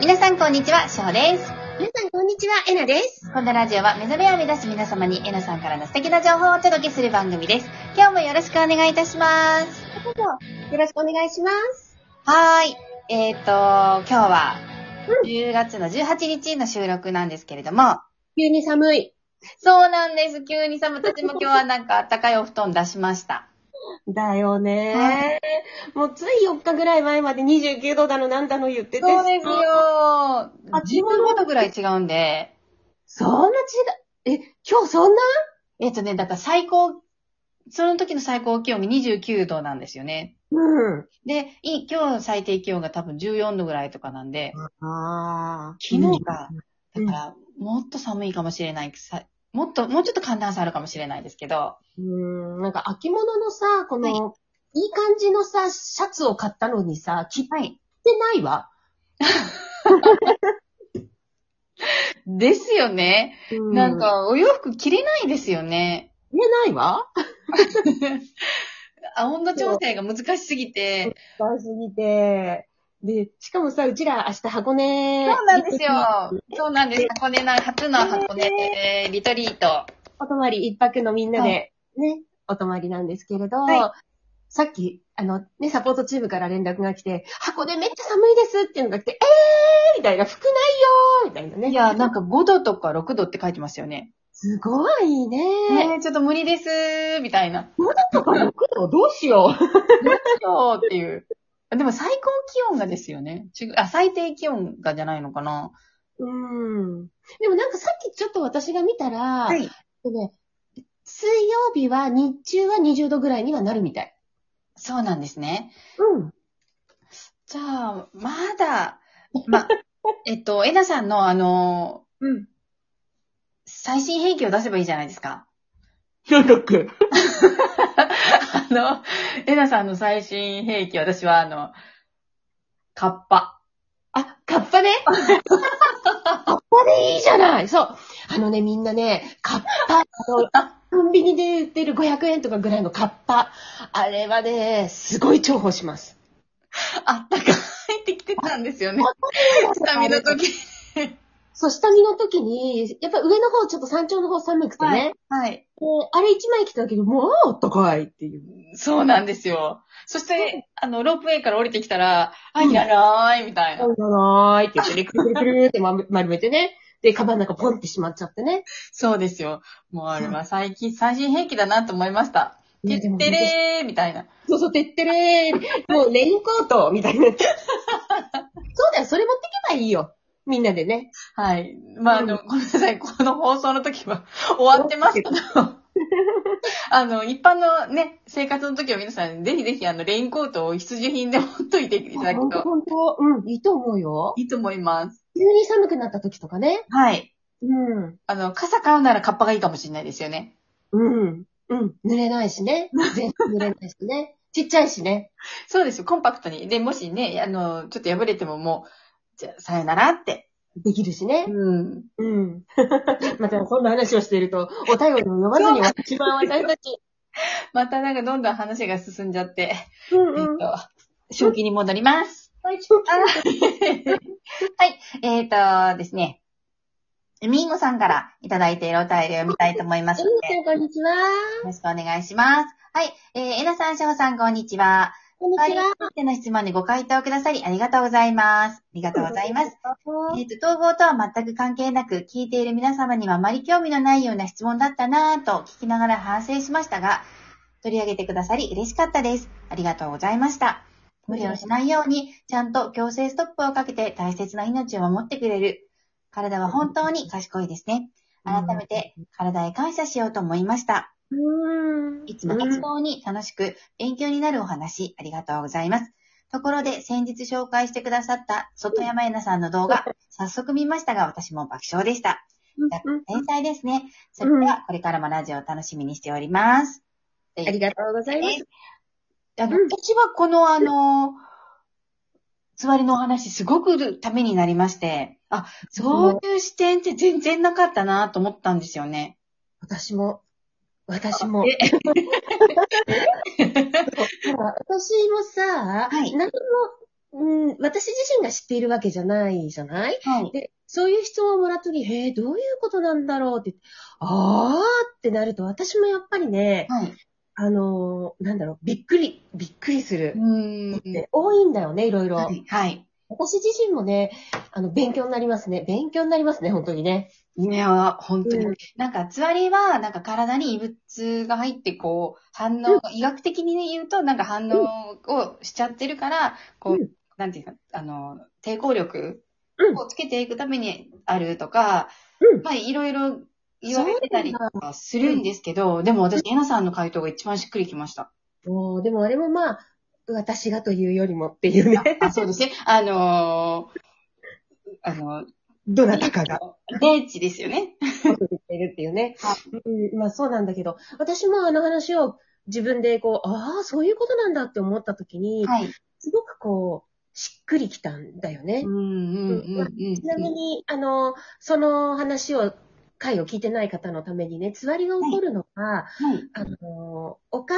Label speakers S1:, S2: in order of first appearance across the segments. S1: 皆さんこんにちは、しほです。
S2: 皆さん、こんにちは。えなです。
S1: このラジオは目覚めを目指す皆様にえなさんからの素敵な情報をお届けする番組です。今日もよろしくお願いいたします。
S2: よろしくお願いします。
S1: はーい。えっ、ー、と、今日は10月の18日の収録なんですけれども、
S2: 急に寒い。
S1: そうなんです。急に寒私も今日はなんかあったかいお布団出しました。
S2: だよねー。もうつい4日ぐらい前まで29度だのなんだの言ってて。
S1: そうですよ。15
S2: 15
S1: 度ぐらい違うんで、
S2: そんな違う。え、今日そんな
S1: えっ、とね、だから最高、その時の最高気温が29度なんですよね。
S2: うん。
S1: で、い今日の最低気温が多分14度ぐらいとかなんで、
S2: ああ。
S1: 昨日が、
S2: う
S1: だ
S2: ん
S1: から、もっと寒いかもしれない。さもっと、もうちょっと寒暖差あるかもしれないですけど、
S2: うん。なんか秋物のさ、この、、
S1: はい
S2: い感じのさ、シャツを買ったのにさ、着
S1: はい。
S2: てないわ。
S1: ですよね。なん、か、お洋服着れないですよね。
S2: 着てないわ。
S1: あ、温度調整が難しすぎて。
S2: 高すぎて。で、しかもさ、うちら明日箱根。
S1: そうなんですよ。そうなんです。箱根な、初の箱根、えーリトリート。
S2: お泊まり一泊のみんな
S1: は
S2: で、ね、お泊まりなんですけれど、
S1: は
S2: さっき、あの、ね、サポートチームから連絡が来て、箱でめっちゃ寒いですっていうのが来て、えーみたいな、服ないよーみたいなね。
S1: いや、なんか5度とか6度って書いてますよね。
S2: すごいね。
S1: ねえ、ちょっと無理ですー、みたいな。
S2: とか6度どうしよう。
S1: そうっていう。でも最高気温がですよね。違うあ、最低気温がじゃないのかな。
S2: うん。でもなんかさっきちょっと私が見たら、
S1: は
S2: はいね、水曜日は日中は20度ぐらいにはなるみたい。
S1: そうなんですね。
S2: うん。
S1: じゃあ、まだ、ま、 えっと、エナさんのあの、
S2: うん。
S1: 最新兵器を出せばいいじゃないですか。
S2: なんだっけ
S1: あの、エナさんの最新兵器、私はあの、カッパ。
S2: あ、カッパね。カッパ でいいじゃない。そう。あのね、みんなね、カッパ、あの、コンビニで売ってる500円とかぐらいのカッパ。あれはね、すごい重宝します。
S1: あったかいってきてたんですよね。下見の時。
S2: そう、下見の時に、やっぱ上の方、ちょっと山頂の方寒くてね。
S1: はい。
S2: であれ一枚着ただけでもう、あったかいっていう。
S1: そうなんですよ。そして、あの、ロープウェイから降りてきたら、あ、いらない、みたいな
S2: そ。うじゃないって言ってね、くるくるくるって丸めてね。で、カバンの中ポンってしまっちゃってね。
S1: そうですよ。もうあれは最近、最新兵器だなと思いました。て
S2: でも
S1: ってれーみたいな。
S2: そうそう、てってれー。もうレインコートみたいな。そうだよ、それ持ってけばいいよ。みんなでね。
S1: はい。まあ、あの、ごめんなさい。この放送の時は 終わってますけど。あの、一般のね、生活の時は皆さん、ぜひぜひ、あの、レインコートを必需品で持っといていただ
S2: ほ
S1: く
S2: んと
S1: と
S2: ほんと、うん、いいと思うよ。
S1: いいと思います。
S2: 急に寒くなった時とかね。
S1: はい。
S2: うん。
S1: あの、傘買うならカッパがいいかもしれないですよね。
S2: うん。うん。濡れないしね。全然濡れないしね。ちっちゃいしね。
S1: そうですよ。コンパクトに。で、もしね、あの、ちょっと破れてももう、じゃあ、さよならって。
S2: できるしね。
S1: うん。
S2: うん。また、こんな話をしていると、お便りを読まずに終わってしまう私たち。
S1: またなんかどんどん話が進んじゃって。
S2: うん
S1: えっと、正気に戻ります。はい。えっ、とですね。みんごさんからいただいているお便りを読みたいと思いますので、よ
S2: こんにちは。
S1: ろしくお願いします。はい。えー、えなさん、しょうさん、こんにちは。
S2: こんにち
S1: お便
S2: は。
S1: りについての質問にご回答くださり、ありがとうございます。ありがとうございます。えっ、と、統合とは全く関係なく、聞いている皆様にはあまり興味のないような質問だったなぁと聞きながら反省しましたが、取り上げてくださり嬉しかったです。ありがとうございました。無理をしないように、ちゃんと強制ストップをかけて大切な命を守ってくれる。体は本当に賢いですね。改めて、体へ感謝しようと思いました。
S2: うん。
S1: いつも一方に楽しく勉強になるお話、ありがとうございます。ところで、先日紹介してくださった外山えなさんの動画、早速見ましたが、私も爆笑でした。
S2: うん
S1: 天才ですね。それでは、これからもラジオを楽しみにしております。
S2: ありがとうございます。
S1: あの
S2: うん
S1: 私はこの、あの、座りのお話、すごくためになりまして、あ、そういう視点って全然なかったなと思ったんですよね。
S2: 私も、私も。
S1: え
S2: 私もさ、
S1: はい
S2: 何も、うん、私自身が知っているわけじゃないじゃない
S1: はい。
S2: で、そういう質問をもらった時、へえ、どういうことなんだろうって言って、あーってなると、私もやっぱりね、
S1: はい。
S2: あのーなんだろう、びっくり、びっくりする。
S1: う
S2: で多いんだよね、いろいろ。
S1: はい。はい。
S2: 私自身もね、あの、勉強になりますね。勉強になりますね、本当にね。
S1: いや、本当に。
S2: うん
S1: なんか、つわりは、なんか体に異物が入って、こう、反応、医学的に言うと、なんか反応をしちゃってるから、こう、
S2: うん
S1: なんていうか、あの、抵抗力
S2: うん
S1: をつけていくためにあるとか、
S2: うん
S1: まあ、いろいろ言われてたりとかするんですけど、でも私、えなさんの回答が一番しっくりきました。
S2: もう、でもあれもまあ、私がというよりもっていうね。
S1: あ、そうですね。あのーあの、
S2: どなたかが
S1: レーチですよね。
S2: 言ってるっていうね
S1: は。
S2: うん、まあそうなんだけど、私もあの話を自分でこう、ああ、そういうことなんだって思った時に、
S1: はい。
S2: すごくこう、しっくりきたんだよね
S1: う。んうんうんうん。
S2: ちなみに、あの、その話を、回を聞いてない方のためにね、つわりが起こるの
S1: は
S2: は、
S1: い。
S2: あの、おか、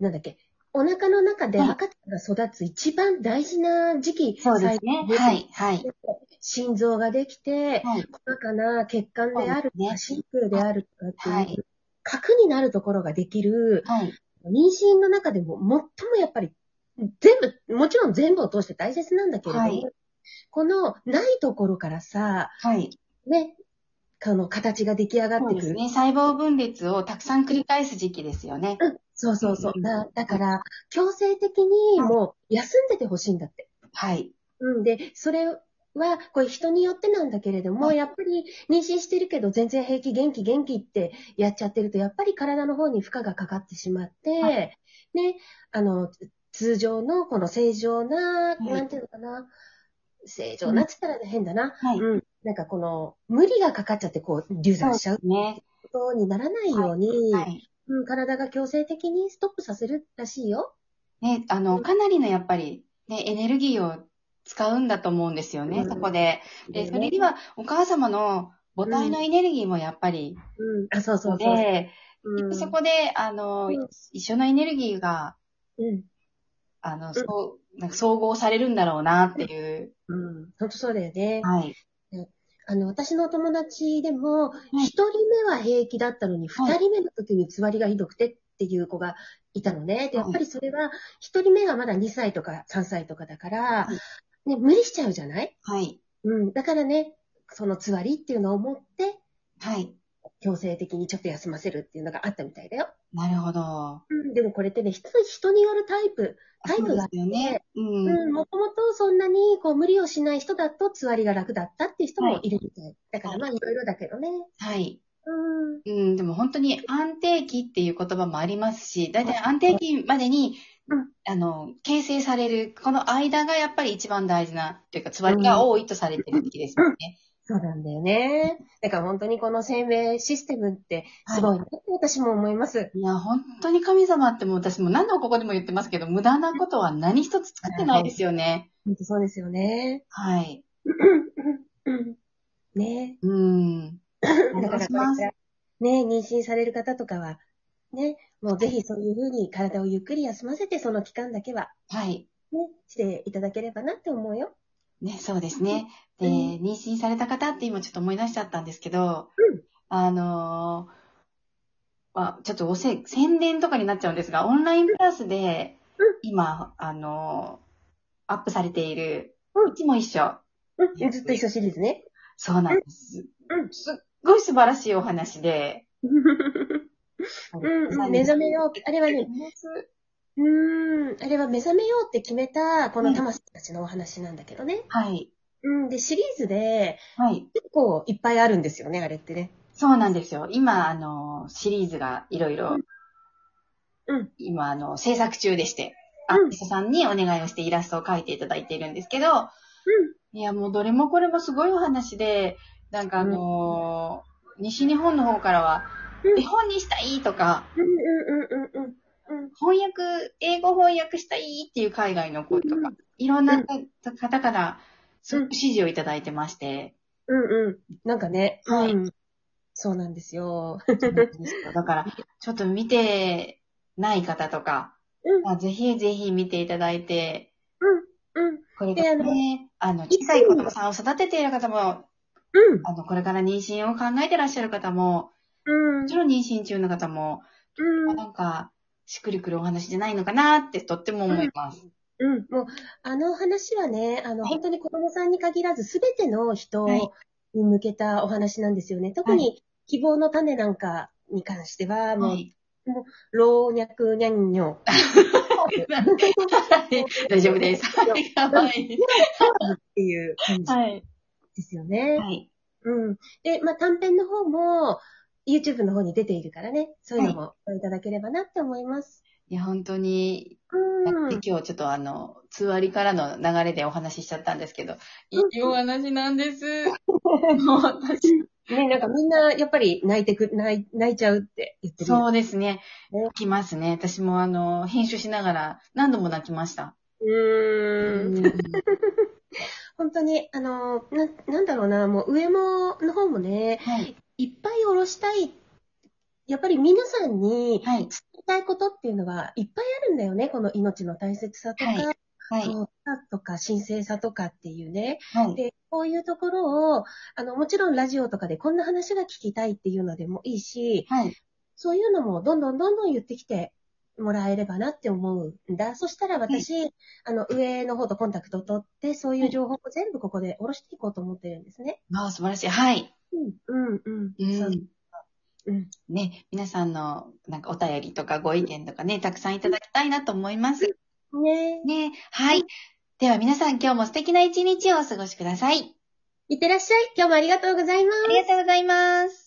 S2: なんだっけ、お腹の中で
S1: はい
S2: 赤ちゃんが育つ一番大事な時期、
S1: そうですね。は
S2: 最
S1: い。はい。
S2: 近で心臓ができて、
S1: はい。
S2: 細かな血管であると
S1: そう
S2: か、
S1: で
S2: 神経であるとか
S1: は
S2: ってい、
S1: いう
S2: 核になるところができる、
S1: はい。
S2: 妊娠の中でも最もやっぱり、全部、もちろん全部を通して大切なんだけれども、
S1: はい
S2: このないところからさ、
S1: はい。
S2: ね、この形が出来上がっ
S1: そう
S2: て
S1: で
S2: く
S1: す
S2: る。
S1: ね。細胞分裂をたくさん繰り返す時期ですよね。
S2: そうそうそう
S1: う。ん
S2: だだから、強制的にもう休んでてほしいんだって。
S1: はい。
S2: うん。で、それは、これ人によってなんだけれども、
S1: はい
S2: やっぱり妊娠してるけど全然平気、元気、元気ってやっちゃってると、やっぱり体の方に負荷がかかってしまって、
S1: は
S2: ね、あの、通常のこの正常な、
S1: い
S2: なんていうのかな、正常なって言ったら変だな。
S1: はい。
S2: うん。なんかこの、無理がかかっちゃってこう、流
S1: そう
S2: 産
S1: で
S2: しちゃう
S1: すね。
S2: ことにならないように、
S1: はい。
S2: うん、体が強制的にストップさせるらしいよ。
S1: ね、あの、かなりのやっぱり、ね、エネルギーを使うんだと思うんですよね、
S2: うん
S1: そこで。で、それには、お母様の母体のエネルギーもやっぱり、
S2: うん、あ、そうそうそう。
S1: で、
S2: うん、
S1: そこで、あの、
S2: うん
S1: 一緒のエネルギーが、
S2: うん。
S1: あの、そう、なんか総合されるんだろうなっていう。
S2: うん。本当そうだよね。
S1: はい。
S2: あの、私のお友達でも、
S1: い
S2: 一、人目は平気だったのに、
S1: はい
S2: 二人目の時につわりがひどくてっていう子がいたのね。で、
S1: は
S2: や
S1: い
S2: っぱりそれは、一人目がまだ2歳とか3歳とかだから
S1: は、
S2: ね、無理しちゃうじゃない
S1: はい。
S2: うん。だからね、そのつわりっていうのを持って、
S1: はい。
S2: 強制的にちょっと休ませるっていうのがあったみたいだよ。
S1: なるほど。
S2: うん。でもこれってね、人人によるタイプ、タイプが
S1: そうですよね。うん。
S2: うん、もともとそんなにこう無理をしない人だと、つわりが楽だったっていう人もいるみたい。だからまあいろいろだけどね。
S1: はい。
S2: うん。
S1: うん、でも本当に安定期っていう言葉もありますし、だいたい安定期までに
S2: うん、
S1: あの、形成される、この間がやっぱり一番大事な、というか、つわりが多いとされてる時期ですよね。
S2: そうなんだよね。だから本当にこの生命システムってすごいね、私も思います。
S1: いや、本当に神様ってもう私も何度もここでも言ってますけど、無駄なことは何一つ作ってないですよね。
S2: 本当そうですよね。
S1: はい。
S2: うんね
S1: うん。お
S2: だ
S1: 願
S2: か
S1: い
S2: ら
S1: し
S2: これか
S1: ま
S2: ら
S1: す。
S2: ね、妊娠される方とかは、ね、もうぜひそういうふうに体をゆっくり休ませて、その期間だけは、
S1: はい。
S2: ね、していただければなって思うよ。
S1: ね、そうですね。で、
S2: うん
S1: 妊娠された方って今ちょっと思い出しちゃったんですけど、
S2: うん
S1: あのーまあ、ちょっとおせ、宣伝とかになっちゃうんですが、オンラインクラスで
S2: うん、
S1: 今、あのーアップされている、
S2: うん
S1: いつも一緒。
S2: うん、ずっと一緒シリーズ ね。
S1: そうなんです。
S2: うん
S1: すっごい素晴らしいお話で、
S2: うん、うん、目覚めよう。あれはね、うーん、あれは目覚めようって決めた、この魂たちのお話なんだけどね。
S1: はい。
S2: うん、で、シリーズで、
S1: はい。
S2: 結構いっぱいあるんですよね、あれってね。
S1: そうなんですよ。今、あのーシリーズがいろいろ、
S2: うん
S1: 今、あの、制作中でして、
S2: うん
S1: アーティストさんにお願いをしてイラストを描いていただいているんですけど、いや、もうどれもこれもすごいお話で、なんかあのー西日本の方からは
S2: う、ん
S1: 絵本にしたいとか、
S2: うん、うん、うん、うん、うん。うん、
S1: 翻訳、英語翻訳したいっていう海外の声と
S2: う
S1: か
S2: ん、
S1: いろんな
S2: うん
S1: 方から、すごく指示をいただいてまして、
S2: うん、うん。なんかね、
S1: はい
S2: うん。そうなんですよ。
S1: だから、ちょっと見てない方とか、
S2: うん
S1: まあぜひぜひ見ていただいて、
S2: うん、
S1: これがね、あの、小さい子供さんを育てている方も、
S2: うん。
S1: あの、これから妊娠を考えてらっしゃる方も、
S2: う
S1: もちろん妊娠中の方も、
S2: うん。
S1: なんか、しっくりくるお話じゃないのかなってとっても思います。
S2: うん、もう、あの話はね、あの、
S1: はい
S2: 本当に子供さんに限らず、すべての人
S1: はい
S2: に向けたお話なんですよね。特に、希望の種なんかに関しては、もう、
S1: はい。
S2: 老若にゃんにょ。
S1: 大丈夫です。はい。はい。
S2: っていう感じ
S1: はい。
S2: ですよね。
S1: はい。
S2: うん。で、まあ、短編の方も、YouTube の方に出ているからね、そういうのもご覧いただければなって思います。
S1: いや、本当に、
S2: うん。
S1: 今日ちょっとあの、通割りからの流れでお話ししちゃったんですけど、いいお話なんです。もう私
S2: ね、なんかみんな、やっぱり泣いてく、泣い、泣いちゃうって言ってるよね。
S1: そうですね
S2: ね。
S1: 泣きますね。私もあの、編集しながら何度も泣きました。
S2: うん
S1: うん
S2: 本当に、あの、な、なんだろうな、もう上も、の方もね、
S1: はい。
S2: いっぱいおろしたい。やっぱり皆さんに伝
S1: はい。
S2: えたいことっていうのはいっぱいあるんだよね。この命の大切さとか、
S1: はいはい。
S2: そうとか、神聖さとかっていうね。
S1: はい。
S2: で、こういうところを、あの、もちろんラジオとかでこんな話が聞きたいっていうのでもいいし、
S1: はい。
S2: そういうのもどんどんどんどん言ってきてもらえればなって思うんだ。そしたら私、あの、上の方とコンタクトを取って、そういう情報を全部ここで下ろしていこうと思ってるんですね。
S1: まあ、素晴らしい。はい。
S2: うん、うん、うん。そううん
S1: ね、皆さんの、なんかお便りとかご意見とかね、たくさんいただきたいなと思います。
S2: ねえ
S1: ね、はい。では皆さん今日も素敵な一日をお過ごしください。
S2: いってらっしゃい。今日もありがとうございます。
S1: ありがとうございます。